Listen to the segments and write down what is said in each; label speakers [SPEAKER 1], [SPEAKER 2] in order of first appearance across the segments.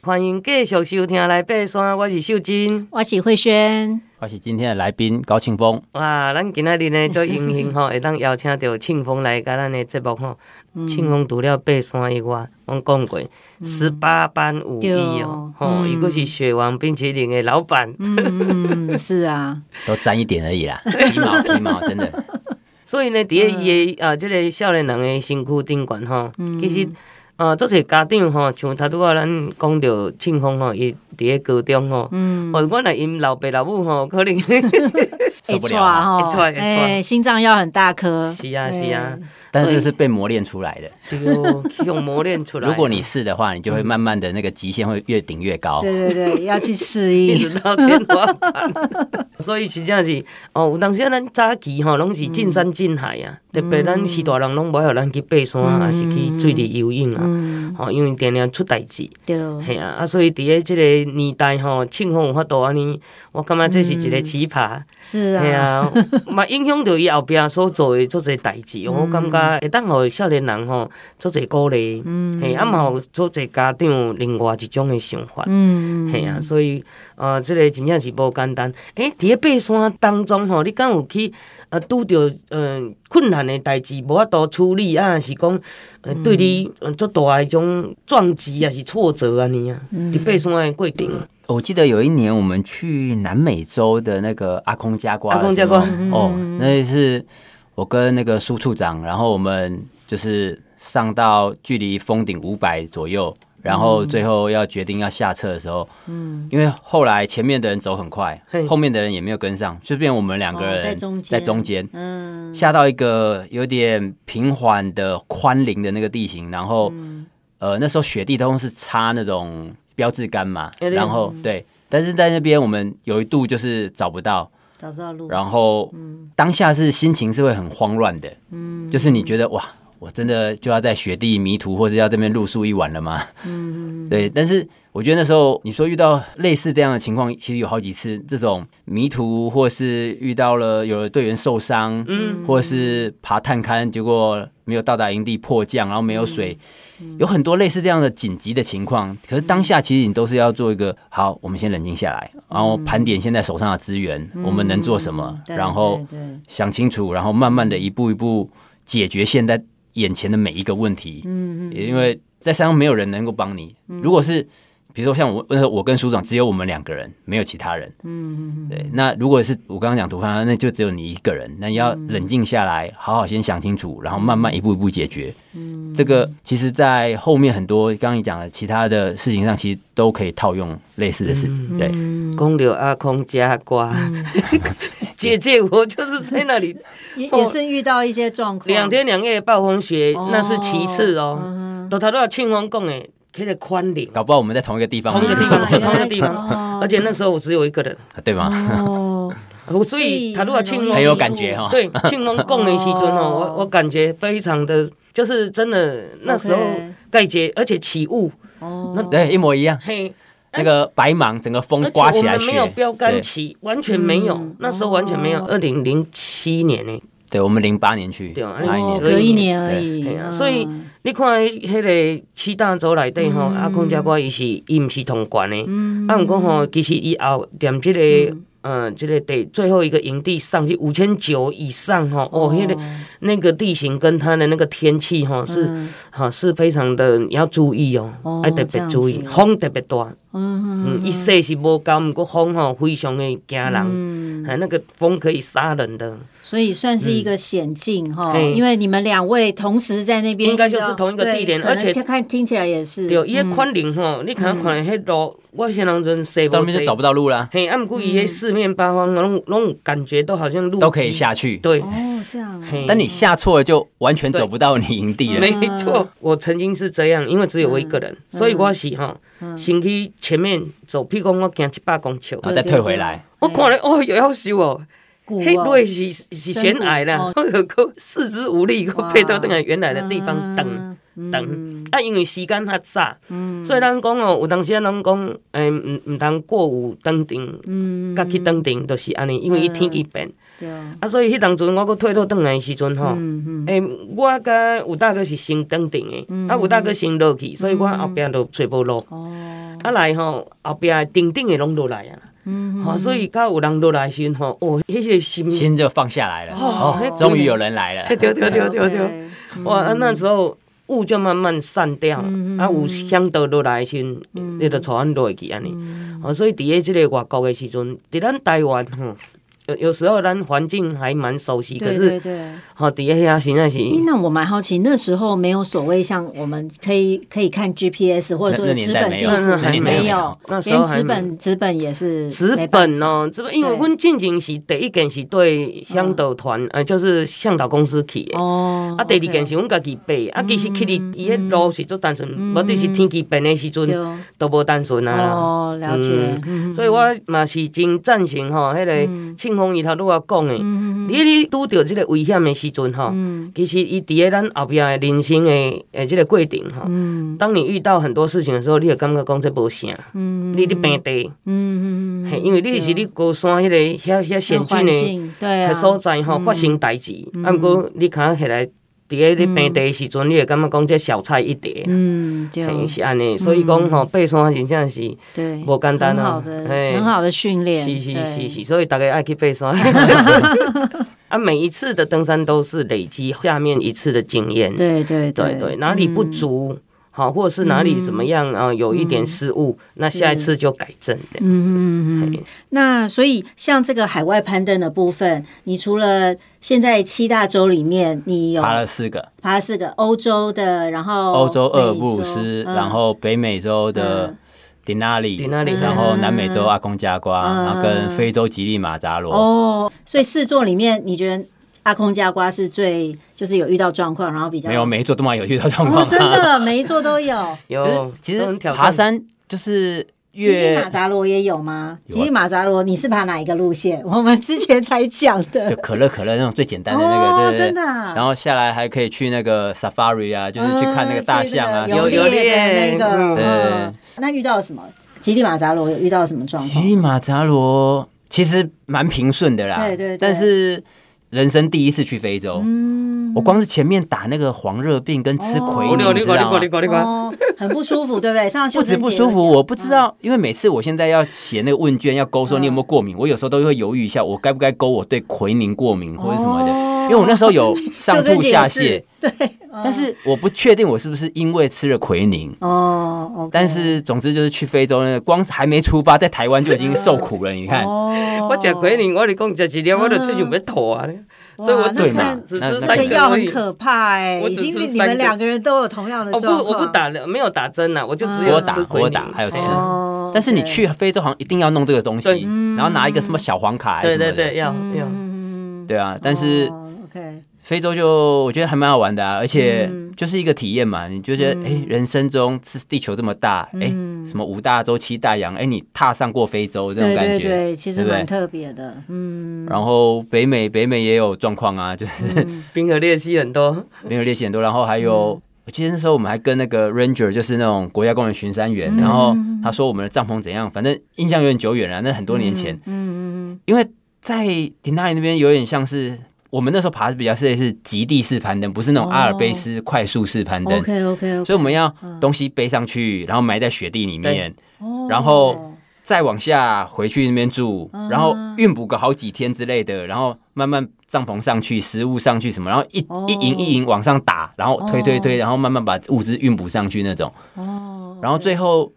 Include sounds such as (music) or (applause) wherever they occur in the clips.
[SPEAKER 1] 欢迎继续收听来爬山，我是秀珍。
[SPEAKER 2] 我是慧
[SPEAKER 1] (laughs)
[SPEAKER 2] 轩，
[SPEAKER 3] 我是今天的来宾高庆峰，
[SPEAKER 1] 哇，咱今仔日呢做荣幸
[SPEAKER 2] (laughs)
[SPEAKER 1] 吼，会当邀请到庆丰来甲咱的节目吼。
[SPEAKER 2] 嗯
[SPEAKER 1] 庆丰除了爬山以外，我讲过十八般武艺哦，
[SPEAKER 2] 对
[SPEAKER 1] 吼，
[SPEAKER 2] 嗯
[SPEAKER 1] 伊佫是雪王冰淇淋的老板，
[SPEAKER 2] 嗯，是啊，
[SPEAKER 3] 都沾一点而已
[SPEAKER 2] (laughs)
[SPEAKER 3] 啦，皮毛皮毛，真的。
[SPEAKER 1] 所以呢，伫咧
[SPEAKER 2] 嗯
[SPEAKER 1] 伊的啊，即个少年人的身躯顶悬吼，其实呃，做者家长吼，像头拄仔咱讲到庆丰吼，伊伫咧高中吼，
[SPEAKER 2] 嗯，
[SPEAKER 1] 哦，我若因老爸老母吼，可能 (laughs)
[SPEAKER 3] 受不了
[SPEAKER 2] 啊
[SPEAKER 3] 啊
[SPEAKER 2] 吼
[SPEAKER 1] 会错会错
[SPEAKER 2] 哎，心脏要很大颗，哎
[SPEAKER 1] 是啊是啊，
[SPEAKER 3] 但是这是被磨练出来的。
[SPEAKER 1] 对哦，用磨练出来。
[SPEAKER 3] 如果你是的话，你就会慢慢的那个极限会越顶越高。
[SPEAKER 2] 嗯对对对，要去适
[SPEAKER 1] 一 (laughs)
[SPEAKER 2] 应，
[SPEAKER 1] 直到天花板。所以实正是哦，有当时咱早期吼，拢是进山进海啊，特别咱师大人拢无互咱去爬山，啊，是去水里游泳啊，
[SPEAKER 2] 嗯，
[SPEAKER 1] 吼，因为定定出代志，
[SPEAKER 2] 对，
[SPEAKER 1] 嘿啊，啊，所以伫咧即个年代吼，庆丰有法度安尼，我感觉这是一个奇葩，
[SPEAKER 2] 是
[SPEAKER 1] 嘿
[SPEAKER 2] 啊，
[SPEAKER 1] 啊， (laughs) 嘛影响到伊后壁所做诶做侪代
[SPEAKER 2] 嗯
[SPEAKER 1] 志，我感觉会当互少年人吼做侪鼓励，
[SPEAKER 2] 嗯
[SPEAKER 1] 嘿，啊嘛有做侪家长另外一种诶想法。
[SPEAKER 2] 嗯，
[SPEAKER 1] 嘿啊，所以呃，即、个真正是无简单。诶、伫咧爬山当中吼，你敢有去呃拄着呃困难的代志，无法度处理啊，是讲呃
[SPEAKER 2] 嗯
[SPEAKER 1] 对你呃足大的迄种撞击啊，是挫折安尼啊，
[SPEAKER 2] 嗯
[SPEAKER 1] 伫爬山的过程，
[SPEAKER 3] 我记得有一年我们去南美洲的那个阿空加瓜
[SPEAKER 1] 阿
[SPEAKER 3] 的
[SPEAKER 1] 公
[SPEAKER 3] 时
[SPEAKER 1] 家
[SPEAKER 3] 候，
[SPEAKER 1] 瓜
[SPEAKER 3] 哦，那是我跟那个苏处长，然后我们就是上到距离峰顶五百左右，然后最后要决定要下车的时候，嗯，因为后来前面的人走很快
[SPEAKER 1] 嘿，
[SPEAKER 3] 后面的人也没有跟上，就变我们两个
[SPEAKER 2] 哦
[SPEAKER 3] 人
[SPEAKER 2] 在中间
[SPEAKER 3] 在中间，
[SPEAKER 2] 嗯，
[SPEAKER 3] 下到一个有点平缓的宽林的那个地形，然后、呃那时候雪地都是插那种标志杆嘛，
[SPEAKER 1] 有点嗯
[SPEAKER 3] 然后对，但是在那边我们有一度就是找不到，
[SPEAKER 2] 找不到路，
[SPEAKER 3] 然后、当下是心情是会很慌乱的，就是你觉得哇，我真的就要在雪地迷途，或者要这边露宿一晚了吗？对，但是我觉得那时候你说遇到类似这样的情况，其实有好几次这种迷途，或是遇到了有了队员受伤，嗯，或是爬探勘结果没有到达营地迫降，然后没有水，有很多类似这样的紧急的情况。可是当下其实你都是要做一个好，我们先冷静下来，然后盘点现在手上的资源，我们能做什么，
[SPEAKER 2] 嗯对
[SPEAKER 3] 然后
[SPEAKER 2] 对对
[SPEAKER 3] 想清楚，然后慢慢的一步一步解决现在眼前的每一个问题。
[SPEAKER 2] 嗯
[SPEAKER 3] 因为在山上没有人能够帮你。如果是比如说像我那时候我跟署长只有我们两个人，没有其他人。
[SPEAKER 2] 嗯嗯，
[SPEAKER 3] 对，那如果是我刚刚讲突发，那就只有你一个人，那你要冷静下来，好好先想清楚，然后慢慢一步一步解决。这个其实，在后面很多刚刚你讲的其他的事情上，其实都可以套用类似的事。
[SPEAKER 1] 嗯
[SPEAKER 3] 对，
[SPEAKER 2] 嗯
[SPEAKER 1] 讲到阿空家瓜， (laughs) 姐姐我就是在那
[SPEAKER 2] (laughs)
[SPEAKER 1] 里
[SPEAKER 2] 也也是遇到一些状况，
[SPEAKER 1] 两天两夜的暴风雪，那是其次哦。
[SPEAKER 2] 嗯哼，
[SPEAKER 1] 都头拄仔庆丰讲的，迄个宽林，
[SPEAKER 3] 搞不好我们在同一个地方，
[SPEAKER 1] 同一个地
[SPEAKER 2] 啊
[SPEAKER 1] 方，就
[SPEAKER 2] 原来
[SPEAKER 1] 同一个地方，
[SPEAKER 2] 哦
[SPEAKER 1] 而且那时候我只有一个人。
[SPEAKER 3] 对吗？
[SPEAKER 2] 哦，
[SPEAKER 1] 我 (laughs) 所以他如果庆
[SPEAKER 2] 很容
[SPEAKER 1] 丰
[SPEAKER 2] 易
[SPEAKER 3] 很有感觉哈
[SPEAKER 1] 对庆丰共的时阵哦，
[SPEAKER 2] 哦
[SPEAKER 1] 我我感觉非常的，就是真的那时候
[SPEAKER 2] OK
[SPEAKER 1] 盖节，而且起雾，
[SPEAKER 2] 哦，
[SPEAKER 1] 嗯
[SPEAKER 3] 对，一模一样。
[SPEAKER 1] 嘿，
[SPEAKER 3] 那个白茫整个风
[SPEAKER 1] 而
[SPEAKER 3] 嗯刮
[SPEAKER 1] 且
[SPEAKER 3] 起
[SPEAKER 1] 我
[SPEAKER 3] 来
[SPEAKER 1] 们
[SPEAKER 3] 雪，
[SPEAKER 1] 没有标杆
[SPEAKER 3] 对
[SPEAKER 1] 旗，完全没有
[SPEAKER 2] 嗯，
[SPEAKER 1] 那时候完全没有。
[SPEAKER 2] 哦
[SPEAKER 1] 二零零七年呢，
[SPEAKER 3] 对，我们零八年去，
[SPEAKER 1] 对啊
[SPEAKER 3] 差一
[SPEAKER 2] 哦
[SPEAKER 3] 年，
[SPEAKER 2] 隔一年而已
[SPEAKER 1] 嘿啊，
[SPEAKER 2] 嗯
[SPEAKER 1] 所以你看迄个七大洲内底
[SPEAKER 2] 嗯
[SPEAKER 1] 吼，啊阿空家瓜伊是伊毋是同管的，啊，毋过吼，其实伊后踮即个。嗯，即个地最后一个营地上去五千九以上吼，哦，迄个那个地形跟它的那个天气吼是
[SPEAKER 2] 嗯
[SPEAKER 1] 哈是非常的，你要注意哦
[SPEAKER 2] 哦，
[SPEAKER 1] 要特别注意
[SPEAKER 2] 这，样子
[SPEAKER 1] 风特别大，
[SPEAKER 2] 嗯
[SPEAKER 1] 嗯，伊势是无高，毋过风吼非常的惊人，
[SPEAKER 2] 嗯，
[SPEAKER 1] 哎，那个风可以杀人的，
[SPEAKER 2] 所以算是一个险境哈，
[SPEAKER 1] 嗯
[SPEAKER 2] 因为你们两位同时在那边遇到，
[SPEAKER 1] 应该就是同一个地点
[SPEAKER 2] 对可能
[SPEAKER 1] 而且
[SPEAKER 2] 看听起来也是嗯
[SPEAKER 1] 对，伊
[SPEAKER 3] 嗯
[SPEAKER 1] 迄款林吼，你看看迄路，我迄当阵西
[SPEAKER 3] 到
[SPEAKER 1] 无
[SPEAKER 3] 那嗯边就找不到路啦，
[SPEAKER 1] 嘿，啊，毋过伊迄四面八方拢拢有感觉都好像路
[SPEAKER 3] 都可以
[SPEAKER 1] 基，
[SPEAKER 3] 下去。
[SPEAKER 1] (laughs) 对，
[SPEAKER 2] 哦这样啊，
[SPEAKER 1] 嘿
[SPEAKER 3] 但你下错了就完全走不到你营地了。
[SPEAKER 1] 没错，我曾经是这样，因为只有我一个人，所以我是吼，先去前面走，譬如讲我行一百公尺，
[SPEAKER 3] 然后再退回来，
[SPEAKER 1] 我看了哦，有要修哦，
[SPEAKER 2] 古
[SPEAKER 1] 迄
[SPEAKER 2] 哦
[SPEAKER 1] 落是是悬崖啦
[SPEAKER 2] 哦，
[SPEAKER 1] 我 (laughs) 有个四肢无力，我爬到那个原来的地方等
[SPEAKER 2] 嗯
[SPEAKER 1] 等，啊，因为时间较早，所以咱讲哦，有当时咱拢讲，诶，毋毋通过午登
[SPEAKER 2] 嗯
[SPEAKER 1] 顶，甲去登顶，就是安尼，因为伊天气变。
[SPEAKER 2] 对啊，
[SPEAKER 1] 啊，所以迄当阵我搁退倒转来的时阵吼，
[SPEAKER 2] 嗯
[SPEAKER 1] 诶、我甲有大哥是先登顶的，啊，有大哥先落去，所以我后壁就找无路。
[SPEAKER 2] 嗯哦，
[SPEAKER 1] 啊来吼，后壁顶顶的拢落来啊啦。嗯，吼，所以较有人落来的时候吼，哦，迄个心，
[SPEAKER 3] 心就放下来了，哦，终于有人来了，
[SPEAKER 1] 对对对
[SPEAKER 2] (laughs) 哦
[SPEAKER 1] 对对，
[SPEAKER 2] OK，
[SPEAKER 1] 哇，啊那时候雾就慢慢散掉，
[SPEAKER 2] 嗯
[SPEAKER 1] 啊有香倒落来的时候，你就带阮落去安尼。
[SPEAKER 2] 嗯
[SPEAKER 1] 哦，所以伫咧即个外国的时阵，伫咱台湾吼，有有时候咱环境还蛮熟悉，可
[SPEAKER 2] 对对
[SPEAKER 1] 是
[SPEAKER 2] 对。
[SPEAKER 1] 吼伫咧遐实在是。
[SPEAKER 2] 咦，那我蛮好奇，那时候没有所谓像我们可以可以看 GPS 或者
[SPEAKER 3] 那
[SPEAKER 2] 说
[SPEAKER 3] 那
[SPEAKER 2] 纸
[SPEAKER 3] 年代
[SPEAKER 2] 本
[SPEAKER 3] 没
[SPEAKER 2] 地
[SPEAKER 3] 有
[SPEAKER 2] 图，
[SPEAKER 1] 那年代
[SPEAKER 2] 没
[SPEAKER 1] 没
[SPEAKER 2] 有
[SPEAKER 3] 有，
[SPEAKER 1] 那时
[SPEAKER 2] 连
[SPEAKER 1] 候还
[SPEAKER 2] 纸本纸本也是
[SPEAKER 1] 纸
[SPEAKER 2] 没办
[SPEAKER 1] 本哦，纸本，因为
[SPEAKER 2] 对
[SPEAKER 1] 阮进前是第一件是对向导团，呃，就是向导公司去的。
[SPEAKER 2] 嗯哦。
[SPEAKER 1] 啊，第二
[SPEAKER 2] OK 嗯
[SPEAKER 1] 件是阮家己爬，啊，其实去哩伊迄路是做单纯，无就是天气变的时阵
[SPEAKER 2] 对
[SPEAKER 1] 都无单纯啊啦。
[SPEAKER 2] 哦，了解，
[SPEAKER 1] 嗯，所以我嘛是真赞成吼，迄
[SPEAKER 2] 嗯
[SPEAKER 1] 个庆丰伊头拄啊讲的，你你拄着即个危险的时阵吼，
[SPEAKER 2] 嗯
[SPEAKER 1] 其实伊伫咧咱后壁的人生的诶即个过程吼，
[SPEAKER 2] 嗯
[SPEAKER 1] 当你遇到很多事情的时候，你会感觉讲这无啥，你你平地，
[SPEAKER 2] 嗯嗯嗯
[SPEAKER 1] 嘿，因为你是你高山迄个遐遐险峻
[SPEAKER 2] 环
[SPEAKER 1] 的
[SPEAKER 2] 境对啊嗯
[SPEAKER 1] 迄，所在吼发生代志，啊，毋过你看起来伫咧你平地的时阵，你会感觉讲这小菜一碟，
[SPEAKER 2] 嗯，对
[SPEAKER 1] 嘿是安尼，所以讲吼爬山真正是
[SPEAKER 2] 对，
[SPEAKER 1] 无简单
[SPEAKER 2] 很
[SPEAKER 1] 啊
[SPEAKER 2] 好的
[SPEAKER 1] 嘿
[SPEAKER 2] 很好的训练，
[SPEAKER 1] 是是
[SPEAKER 2] 对
[SPEAKER 1] 是是，所以大家爱去爬
[SPEAKER 3] (laughs)
[SPEAKER 1] 山。啊，每一次的登山都是累积下面一次的经验，
[SPEAKER 2] 对对
[SPEAKER 1] 对对，
[SPEAKER 3] 嗯
[SPEAKER 1] 哪里不足，好，或者是哪里怎么样啊，有一
[SPEAKER 3] 嗯
[SPEAKER 1] 点失误，那下一次就改正这样子。嘿
[SPEAKER 2] 那所以像这个海外攀登的部分，你除了现在七大洲里面，你有
[SPEAKER 3] 爬了四个，
[SPEAKER 2] 爬了四个欧洲的，然后
[SPEAKER 3] 欧洲
[SPEAKER 2] 哦美
[SPEAKER 3] 厄尔布鲁斯，
[SPEAKER 2] 嗯
[SPEAKER 3] 然后北美洲的
[SPEAKER 2] 嗯
[SPEAKER 3] 迪纳里，
[SPEAKER 1] Denali
[SPEAKER 3] 然后南美洲阿贡加瓜，
[SPEAKER 2] 嗯
[SPEAKER 3] 然后跟非洲吉利马扎罗，
[SPEAKER 2] 哦，所以四座里面，你觉得阿空加瓜是最就是有遇到状况，然后比较
[SPEAKER 3] 没有每一座都嘛有遇到状
[SPEAKER 2] 哦
[SPEAKER 3] 况，，啊
[SPEAKER 2] 真的每一座都有。
[SPEAKER 1] 有，
[SPEAKER 3] 其
[SPEAKER 1] 都很
[SPEAKER 3] 实
[SPEAKER 1] 挑战
[SPEAKER 3] 爬山就是
[SPEAKER 2] 吉利马
[SPEAKER 3] (laughs) 越
[SPEAKER 2] 扎罗也有吗？
[SPEAKER 3] 有啊
[SPEAKER 2] 吉利马扎罗，你是爬哪一个路线？我们之前才讲
[SPEAKER 3] 就
[SPEAKER 2] 的。
[SPEAKER 3] 可乐可乐那种最简单的那
[SPEAKER 2] 哦
[SPEAKER 3] 个，对对对
[SPEAKER 2] 真的啊
[SPEAKER 3] 然后下来还可以去那个 safari 啊，就是去看那个大象啊，
[SPEAKER 2] 嗯
[SPEAKER 3] 什
[SPEAKER 2] 去那
[SPEAKER 3] 么
[SPEAKER 1] 有
[SPEAKER 2] 个
[SPEAKER 3] 的
[SPEAKER 1] 有
[SPEAKER 2] 游猎的那
[SPEAKER 1] 猎
[SPEAKER 2] 个。
[SPEAKER 1] 嗯
[SPEAKER 2] 嗯那遇到什么？吉利马扎罗有遇到什么状
[SPEAKER 3] 吉
[SPEAKER 2] 况？
[SPEAKER 3] 利马扎罗其实蛮平顺的啦，
[SPEAKER 2] 对对对
[SPEAKER 3] 但是人生第一次去非洲，我光是前面打那个黄热病跟吃
[SPEAKER 2] 嗯哦
[SPEAKER 3] 奎
[SPEAKER 1] 哦，
[SPEAKER 3] 宁，
[SPEAKER 1] 你有
[SPEAKER 3] 你
[SPEAKER 1] 你
[SPEAKER 3] 知
[SPEAKER 1] 有你
[SPEAKER 3] 道
[SPEAKER 1] 有
[SPEAKER 3] 吗
[SPEAKER 1] 你？有你有，
[SPEAKER 2] 哦，很不舒服，对
[SPEAKER 3] (laughs)
[SPEAKER 2] 不对？上
[SPEAKER 3] 不
[SPEAKER 2] 不
[SPEAKER 3] 止不舒
[SPEAKER 2] 嗯
[SPEAKER 3] 服，我不知道，因为每次我现在要写那个问卷，要勾说你有没有过敏，我有时候都会犹豫一下，我该不该勾我对奎宁过敏或者什么的，
[SPEAKER 2] 哦
[SPEAKER 3] 因为我那时候
[SPEAKER 2] (laughs)
[SPEAKER 3] 有上
[SPEAKER 2] 这
[SPEAKER 3] 吐
[SPEAKER 2] 解
[SPEAKER 3] 下
[SPEAKER 2] 释嗯
[SPEAKER 3] 泻，对，但是我不确定我是不是因为吃了奎宁，
[SPEAKER 2] 哦，OK，
[SPEAKER 3] 但是总之就是去非洲那个，光是还没出发，在台湾就已经受苦了，你看。
[SPEAKER 2] 哦，
[SPEAKER 1] 我食桂林，我是讲食一粒，我就最想要吐啊，所以我只
[SPEAKER 3] 对嘛
[SPEAKER 1] 只
[SPEAKER 3] 那
[SPEAKER 1] 吃
[SPEAKER 2] 这
[SPEAKER 1] 三
[SPEAKER 2] 个
[SPEAKER 1] 个
[SPEAKER 2] 药
[SPEAKER 1] 而
[SPEAKER 2] 很
[SPEAKER 1] 已。
[SPEAKER 2] 可怕哎、
[SPEAKER 1] 我
[SPEAKER 2] 已
[SPEAKER 1] 只
[SPEAKER 2] 经
[SPEAKER 1] 吃
[SPEAKER 2] 你
[SPEAKER 1] 三
[SPEAKER 2] 们
[SPEAKER 1] 个
[SPEAKER 2] 两个人都有同样的
[SPEAKER 1] 我不
[SPEAKER 2] 状况。
[SPEAKER 1] 我不打了，没有打针啊嗯啦，我就只有
[SPEAKER 3] 我打
[SPEAKER 1] 吃
[SPEAKER 3] 我
[SPEAKER 1] 桂林
[SPEAKER 3] 打还有吃
[SPEAKER 1] 嘿
[SPEAKER 2] 哦，
[SPEAKER 3] 但是你
[SPEAKER 2] 对
[SPEAKER 3] 去非洲好像一定要弄这个东西
[SPEAKER 1] 对，
[SPEAKER 3] 然后拿一个什么小黄卡还是
[SPEAKER 1] 对
[SPEAKER 3] 什么
[SPEAKER 1] 对
[SPEAKER 3] 的，
[SPEAKER 1] 对，要要。
[SPEAKER 2] 嗯，
[SPEAKER 3] 对啊。但是
[SPEAKER 2] 哦，OK，
[SPEAKER 3] 非洲就我觉得还蛮好玩的啊，而且
[SPEAKER 2] 嗯
[SPEAKER 3] 就是一个体验嘛，你就觉得哎，人生中是地球这么大，
[SPEAKER 2] 嗯
[SPEAKER 3] 哎，什么五大洲七大洋，哎，你踏上过非洲这种
[SPEAKER 2] 对
[SPEAKER 3] 感
[SPEAKER 2] 对
[SPEAKER 3] 觉，
[SPEAKER 2] 对，其实
[SPEAKER 3] 对不
[SPEAKER 2] 蛮
[SPEAKER 3] 对？
[SPEAKER 2] 特别的，嗯，
[SPEAKER 3] 然后北美北美也有状况啊，就是
[SPEAKER 1] 冰河裂隙很多，
[SPEAKER 3] 没有猎奇很多，然后还有。我记得那时候我们还跟那个 ranger，就是那种国家公园巡山员，然后他说我们的帐篷怎样，反正印象有点久远了、那很多年前。
[SPEAKER 2] 嗯嗯
[SPEAKER 3] 因为在迪纳里那边有点像是我们那时候爬是比较是是极地式攀登，不是那种阿尔卑斯快速式攀登，
[SPEAKER 2] ，OK OK，
[SPEAKER 3] 所以我们要东西背上去，然后埋在雪地里面，
[SPEAKER 2] 哦
[SPEAKER 3] 然后再往下回去那边住，
[SPEAKER 2] 嗯
[SPEAKER 3] 然后运补个好几天之类的，然后慢慢帐篷上去，食物上去什么，然后一
[SPEAKER 2] 哦
[SPEAKER 3] 一营一营往上打，然后推推推，然后慢慢把物资运补上去那种，
[SPEAKER 2] 哦，
[SPEAKER 3] 然后最后。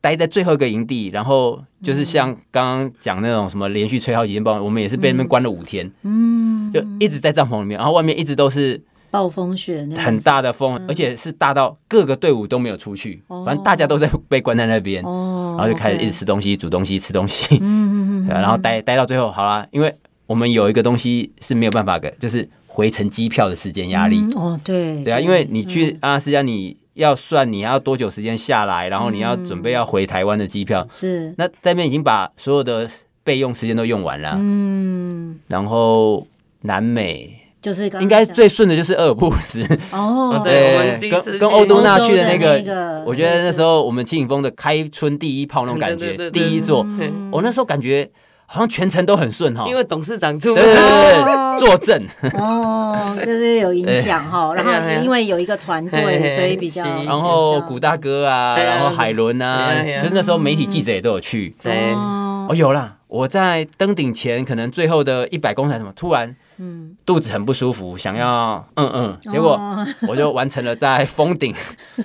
[SPEAKER 3] 待在最后一个营地，然后就是像刚刚讲那种什么连续吹好几天暴风，我们也是被那边关了五天，
[SPEAKER 2] 嗯，
[SPEAKER 3] 就一直在帐篷里面，然后外面一直都是
[SPEAKER 2] 暴风雪那样
[SPEAKER 3] 很大的
[SPEAKER 2] 嗯
[SPEAKER 3] 风，而且是大到各个队伍都没有出去，反正大家都在被关在那边，
[SPEAKER 2] 哦，
[SPEAKER 3] 然后就开始一直
[SPEAKER 2] OK，
[SPEAKER 3] 吃东西、煮东西、吃东西，
[SPEAKER 2] 嗯嗯嗯
[SPEAKER 3] (laughs) 对啊然后待待到最后，好啦，因为我们有一个东西是没有办法的，就是回程机票的时间压力，
[SPEAKER 2] 嗯，哦对，
[SPEAKER 3] 对啊，因为你去阿拉斯加，你要算你要多久时间下来，然后你要准备要回台湾的机票，
[SPEAKER 2] 是，
[SPEAKER 3] 那在那边已经把所有的备用时间都用完了，
[SPEAKER 2] 嗯，
[SPEAKER 3] 然后南美。
[SPEAKER 2] 就是刚刚
[SPEAKER 3] 应该
[SPEAKER 2] 讲
[SPEAKER 3] 最呃顺的就是厄尔布鲁斯，
[SPEAKER 2] 嗯哦
[SPEAKER 3] (laughs)
[SPEAKER 1] 哦，对我们第一次去
[SPEAKER 3] 跟跟欧都纳去的那
[SPEAKER 2] 欧洲的那
[SPEAKER 3] 个
[SPEAKER 2] 个，
[SPEAKER 3] 我觉得那时候我们清影峰的开春第一炮那种感觉
[SPEAKER 1] 对，对对嗯
[SPEAKER 3] 第
[SPEAKER 1] 对
[SPEAKER 3] 一座，
[SPEAKER 1] 嘿
[SPEAKER 3] 我那时候感觉好像全程都很顺哈。
[SPEAKER 1] 因为董事长出
[SPEAKER 3] 对对对对，坐镇，
[SPEAKER 2] 哦，就是有影响哈。然
[SPEAKER 3] 啊
[SPEAKER 1] 哎呀哎
[SPEAKER 2] 后
[SPEAKER 1] 呀
[SPEAKER 2] 因为有一个团
[SPEAKER 1] 嘿嘿
[SPEAKER 2] 队，
[SPEAKER 1] 嘿
[SPEAKER 2] 所以比较
[SPEAKER 1] 是。
[SPEAKER 3] 然后古大哥啊，
[SPEAKER 1] 对啊
[SPEAKER 3] 然后海伦
[SPEAKER 1] 对
[SPEAKER 3] 啊
[SPEAKER 1] 啊对，啊
[SPEAKER 3] 就是那时候媒体记者也都有去。
[SPEAKER 1] 对，
[SPEAKER 2] 哦
[SPEAKER 3] 哦，有啦，我在登顶前可能最后的一百公尺什么，突然
[SPEAKER 2] 嗯，
[SPEAKER 3] 肚子很不舒服，想要嗯嗯，结果
[SPEAKER 2] 哦
[SPEAKER 3] 我就完成了在峰顶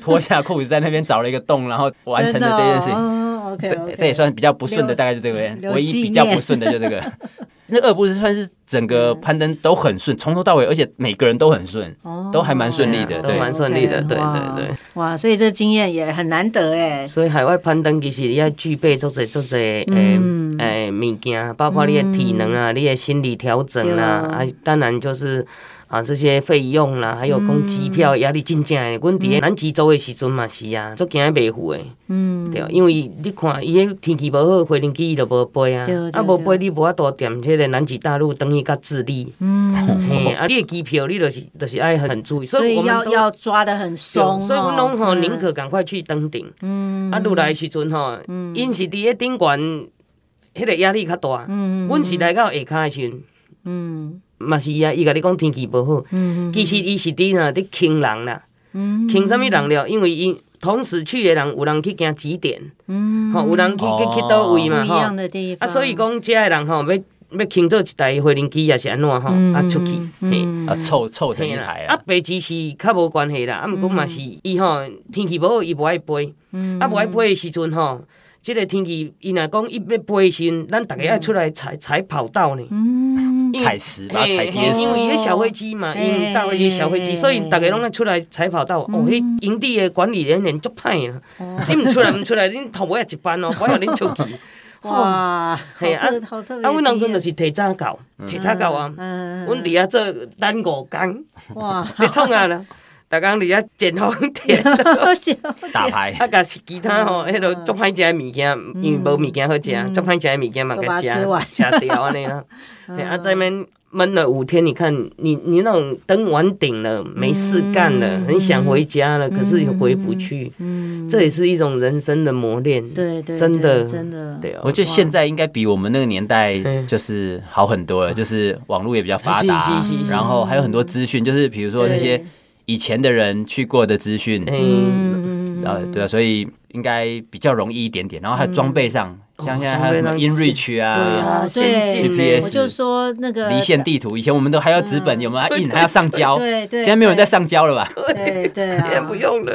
[SPEAKER 3] 脱下裤子在那边找了一个洞，然后完成了这件事情。
[SPEAKER 2] 情
[SPEAKER 3] 这
[SPEAKER 2] 哦 OK，
[SPEAKER 3] 这也算比较不顺的，
[SPEAKER 2] 留
[SPEAKER 3] 大概就这个
[SPEAKER 2] 留，
[SPEAKER 3] 唯
[SPEAKER 2] 纪
[SPEAKER 3] 一比较
[SPEAKER 2] 念
[SPEAKER 3] 不顺的就
[SPEAKER 2] (laughs)
[SPEAKER 3] 这个。那二步是算是整个攀登都很顺，从头到尾，而且每个人都很顺，
[SPEAKER 2] 哦
[SPEAKER 3] 都还蛮顺利的，
[SPEAKER 1] 啊都
[SPEAKER 3] 对。
[SPEAKER 1] 蛮顺利的对对对。
[SPEAKER 2] 哇，所以这经验也很难得哎。
[SPEAKER 1] 所以海外攀登其实你要具备足侪足侪诶
[SPEAKER 2] 嗯
[SPEAKER 1] 诶物件，包括你的体能啊、你的心理调整啦、
[SPEAKER 2] 对
[SPEAKER 1] 啊，啊，当然就是啊这些费用啦、还有讲机票压力真正诶。阮伫咧南极洲的时阵嘛是啊，足惊袂赴诶，
[SPEAKER 2] 嗯，
[SPEAKER 1] 对，因为你看伊迄天气无好，飞行机伊就无飞啊
[SPEAKER 2] 对对，
[SPEAKER 1] 啊无
[SPEAKER 2] 对
[SPEAKER 1] 飞你无法度踮迄个南极大陆等于甲智利，
[SPEAKER 2] 嗯，
[SPEAKER 1] 嘿，啊你的机票你就是就是爱很注意，所
[SPEAKER 2] 所
[SPEAKER 1] 以我
[SPEAKER 2] 以
[SPEAKER 1] 们
[SPEAKER 2] 要
[SPEAKER 1] 都
[SPEAKER 2] 要抓的很松哦，
[SPEAKER 1] 所以阮拢吼
[SPEAKER 2] 嗯
[SPEAKER 1] 宁可赶快去登顶。
[SPEAKER 2] 嗯
[SPEAKER 1] 啊，入来的时阵吼，因是伫咧顶悬，迄个压力较大。阮是来到下骹的时阵，
[SPEAKER 2] 嗯
[SPEAKER 1] 嘛是啊，伊甲你讲天气无好，
[SPEAKER 2] 嗯
[SPEAKER 1] 其实伊是伫呐伫坑人啦，
[SPEAKER 2] 嗯
[SPEAKER 1] 坑啥物人了？因为伊同时去的人，有人去行几点，
[SPEAKER 2] 嗯，
[SPEAKER 1] 吼，有人去
[SPEAKER 3] 哦
[SPEAKER 1] 去去倒位
[SPEAKER 2] 不
[SPEAKER 1] 嘛
[SPEAKER 2] 一
[SPEAKER 1] 吼。
[SPEAKER 2] 样的地方
[SPEAKER 1] 啊，所以讲遮的人吼，要要坑做一台飞轮机也是安怎吼，
[SPEAKER 2] 嗯
[SPEAKER 1] 啊出去，嘿。
[SPEAKER 3] 啊，凑凑成
[SPEAKER 1] 嘿
[SPEAKER 3] 一
[SPEAKER 1] 啦
[SPEAKER 3] 台
[SPEAKER 1] 啊
[SPEAKER 3] 啊，，
[SPEAKER 1] 白痴是较无关系啦，啊，毋过
[SPEAKER 2] 嗯
[SPEAKER 1] 嘛是伊吼天气无好，伊无爱飞，啊，无爱飞的时阵吼，即个天气伊若讲伊要飞的时阵，咱逐个爱出来
[SPEAKER 2] 嗯
[SPEAKER 1] 踩踩跑道呢，因为
[SPEAKER 3] 踩实把它踩
[SPEAKER 1] 嘿
[SPEAKER 3] 结
[SPEAKER 1] 嘿
[SPEAKER 3] 实
[SPEAKER 1] 因。为伊迄小飞机嘛，
[SPEAKER 2] 嘿
[SPEAKER 1] 因搭飞机小飞
[SPEAKER 2] 嘿
[SPEAKER 1] 机，
[SPEAKER 2] 嘿嗯
[SPEAKER 1] 所以逐个拢爱出来踩跑道。哦，迄营地的管理人员足歹啦，
[SPEAKER 2] 哦
[SPEAKER 1] 你毋出来毋出来，恁头尾也一班哦，我要恁出去。
[SPEAKER 2] (laughs) 哇，好
[SPEAKER 1] 嘿啊
[SPEAKER 2] 特好特别的经验，
[SPEAKER 1] 啊，阮当阵就是提早到，提早到啊，
[SPEAKER 2] 嗯，嗯
[SPEAKER 1] 阮伫遐做等五工，
[SPEAKER 2] 哇，
[SPEAKER 1] 你创啊
[SPEAKER 2] (laughs)
[SPEAKER 1] 啦，逐工伫遐前方停。
[SPEAKER 3] 打牌，
[SPEAKER 1] 啊，甲是其
[SPEAKER 2] 嗯
[SPEAKER 1] 他吼，迄落足歹食的物件，因为无物件好食，足啊歹食的物件嘛，
[SPEAKER 2] 都把
[SPEAKER 1] 甲
[SPEAKER 2] 它吃完嗯
[SPEAKER 1] 食食掉安尼
[SPEAKER 2] (laughs)
[SPEAKER 1] 啦。嘿啊，在那边闷了五天，你看你你那种登完顶了，没事干了，
[SPEAKER 2] 嗯
[SPEAKER 1] 很想回家了，可是又回不去，这也是一种人生的磨练。
[SPEAKER 2] 对啊对，
[SPEAKER 1] 真的
[SPEAKER 2] 对真的，
[SPEAKER 1] 对哦，
[SPEAKER 3] 我觉得现在应该比我们那个年代
[SPEAKER 1] 嗯
[SPEAKER 3] 就是好很多了，就是网络也比较发达
[SPEAKER 1] 是是是，是
[SPEAKER 3] 然后还有很多资讯，就是比如说这些
[SPEAKER 2] 对
[SPEAKER 3] 以前的人去过的资讯，
[SPEAKER 1] 嗯，
[SPEAKER 3] 然后对啊，所以应该比较容易一点点。然后还有装备上，像现在还有什么
[SPEAKER 1] 嗯哦装备上
[SPEAKER 3] InReach
[SPEAKER 1] 对
[SPEAKER 3] 啊。
[SPEAKER 1] 啊，
[SPEAKER 2] 哦
[SPEAKER 1] 先进呢
[SPEAKER 3] 对
[SPEAKER 2] 我就说那个
[SPEAKER 3] 离线地图，以前我们都还要纸本，有没有要印，还要上交？
[SPEAKER 2] 嗯对对
[SPEAKER 3] 现在没有人在上交了吧？
[SPEAKER 2] 对对啊，
[SPEAKER 1] 也不用了。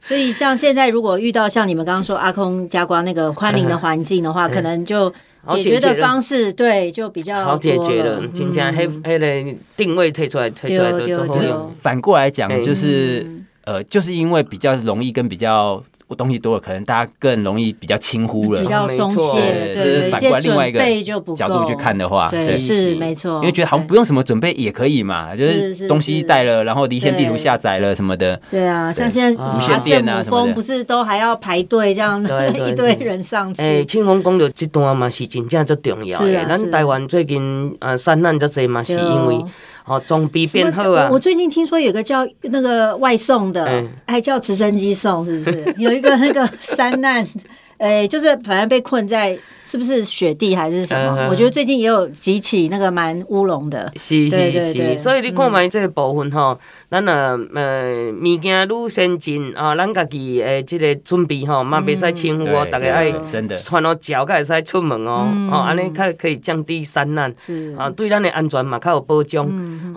[SPEAKER 2] 所以像现在如果遇到像你们刚刚说阿空加光那个宽林的环境的话，可能就
[SPEAKER 1] 好
[SPEAKER 2] 解
[SPEAKER 1] 解
[SPEAKER 2] 决的
[SPEAKER 1] 决了
[SPEAKER 2] 方式对就比较
[SPEAKER 1] 好解
[SPEAKER 2] 多嗯
[SPEAKER 1] 决了，真正迄迄个定位退出来，退出来
[SPEAKER 2] 对
[SPEAKER 1] 都做
[SPEAKER 2] 对
[SPEAKER 1] 好
[SPEAKER 2] 对
[SPEAKER 1] 用。
[SPEAKER 2] 哦
[SPEAKER 3] 反过来讲，
[SPEAKER 1] 嗯
[SPEAKER 3] 就是呃，就是因为比较容易跟比较东西多了，可能大家更容易比较轻忽了
[SPEAKER 2] 比。较松懈，
[SPEAKER 3] 对，这是
[SPEAKER 2] 对对，
[SPEAKER 3] 反过来
[SPEAKER 2] 些
[SPEAKER 3] 另
[SPEAKER 2] 准
[SPEAKER 3] 外一个
[SPEAKER 2] 备就不
[SPEAKER 3] 角度
[SPEAKER 2] 够
[SPEAKER 3] 去看的话，
[SPEAKER 2] 对
[SPEAKER 3] 是
[SPEAKER 2] 是没错，
[SPEAKER 3] 因为觉得好像不用什么准备也可以嘛，就是
[SPEAKER 2] 是
[SPEAKER 3] 是东西
[SPEAKER 2] 是
[SPEAKER 3] 带了，然后离线地图
[SPEAKER 2] 对
[SPEAKER 3] 下载了什么的，
[SPEAKER 2] 对啊，像现在
[SPEAKER 1] 啊
[SPEAKER 2] 爬
[SPEAKER 1] 无线
[SPEAKER 3] 电啊
[SPEAKER 2] 圣母
[SPEAKER 3] 什么
[SPEAKER 2] 峰
[SPEAKER 3] 的
[SPEAKER 2] 不是都还要排队这样 (laughs)
[SPEAKER 1] 对对哎
[SPEAKER 2] 一堆人上
[SPEAKER 1] 诶，
[SPEAKER 2] 去，
[SPEAKER 1] 庆丰讲到这段嘛是真正足重要
[SPEAKER 2] 是
[SPEAKER 1] 诶。
[SPEAKER 2] 啊是
[SPEAKER 1] 咱
[SPEAKER 2] 啊
[SPEAKER 1] 台湾最近呃散难足济嘛，是
[SPEAKER 2] 对
[SPEAKER 1] 因为哦装备变好
[SPEAKER 2] 什么
[SPEAKER 1] 啊
[SPEAKER 2] 我我。最近听说有个叫那个外送的
[SPEAKER 1] 嗯，
[SPEAKER 2] 还叫直升机送，是不
[SPEAKER 1] (laughs)
[SPEAKER 2] 是？有一个那个山难， (laughs) 哎，就是反正被困在是不是雪地还是什
[SPEAKER 1] 嗯
[SPEAKER 2] 么？
[SPEAKER 1] 嗯
[SPEAKER 2] 我觉得最近也有几起那个蛮乌龙的，
[SPEAKER 1] 是
[SPEAKER 2] 对对
[SPEAKER 1] 是
[SPEAKER 2] 对
[SPEAKER 1] 是，所以你看觅这个部分吼，咱呃呃物件愈先进啊，咱家己诶即个准备吼，嘛袂使轻忽哦，
[SPEAKER 3] 嗯对
[SPEAKER 1] 大
[SPEAKER 3] 对
[SPEAKER 1] 家爱
[SPEAKER 3] 真的
[SPEAKER 1] 穿好脚，才会使出门哦，
[SPEAKER 2] 嗯
[SPEAKER 1] 哦，安尼较可以降低散难。哦
[SPEAKER 2] 是嗯
[SPEAKER 1] 啊，对咱的安全嘛较有保障。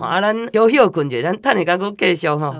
[SPEAKER 1] 吼啊，咱小休困者，咱等下甲佫继续吼。